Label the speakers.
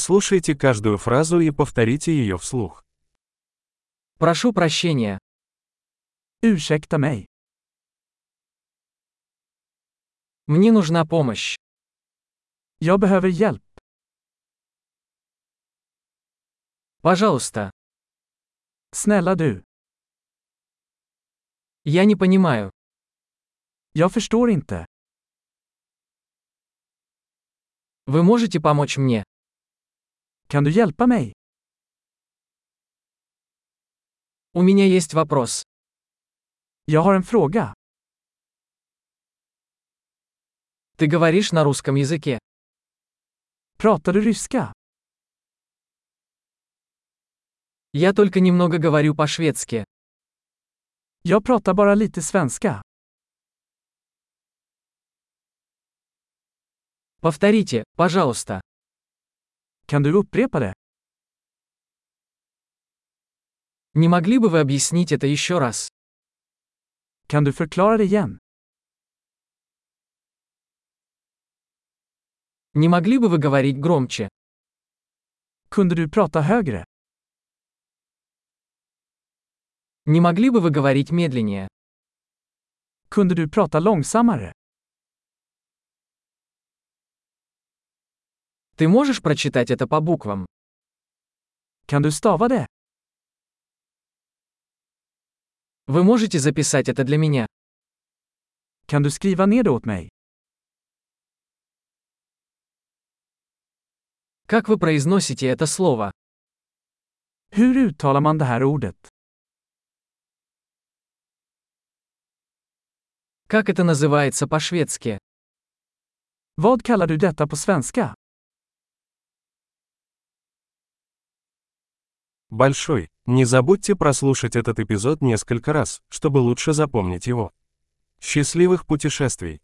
Speaker 1: Прослушайте каждую фразу и повторите ее вслух.
Speaker 2: Прошу прощения.
Speaker 1: Ursäkta mig.
Speaker 2: Мне нужна помощь.
Speaker 1: Jag behöver hjälp.
Speaker 2: Пожалуйста.
Speaker 1: Snälla du.
Speaker 2: Я не понимаю.
Speaker 1: Jag förstår inte.
Speaker 2: Вы можете помочь мне?
Speaker 1: Kan du hjälpa mig?
Speaker 2: У меня есть вопрос.
Speaker 1: Jag har en fråga.
Speaker 2: Ты говоришь на русском языке.
Speaker 1: Pratar du ryska?
Speaker 2: Я только немного говорю по-шведски.
Speaker 1: Jag pratar bara lite svenska.
Speaker 2: Повторите, пожалуйста.
Speaker 1: Kan du upprepa det?
Speaker 2: Не могли бы вы объяснить это еще раз?
Speaker 1: Kan du förklara det igen?
Speaker 2: Не могли бы вы говорить громче?
Speaker 1: Kunde du prata högre?
Speaker 2: Не могли бы вы говорить медленнее?
Speaker 1: Kunde du prata långsammare?
Speaker 2: Ты можешь прочитать это по буквам?
Speaker 1: Kan du stava det?
Speaker 2: Вы можете записать это для меня?
Speaker 1: Kan du skriva ner det åt mig?
Speaker 2: Как вы произносите это слово?
Speaker 1: Hur uttalar man det här ordet?
Speaker 2: Как это называется по-шведски?
Speaker 1: Vad kallar du detta på svenska?
Speaker 3: Большой. Не забудьте прослушать этот эпизод несколько раз, чтобы лучше запомнить его. Счастливых путешествий!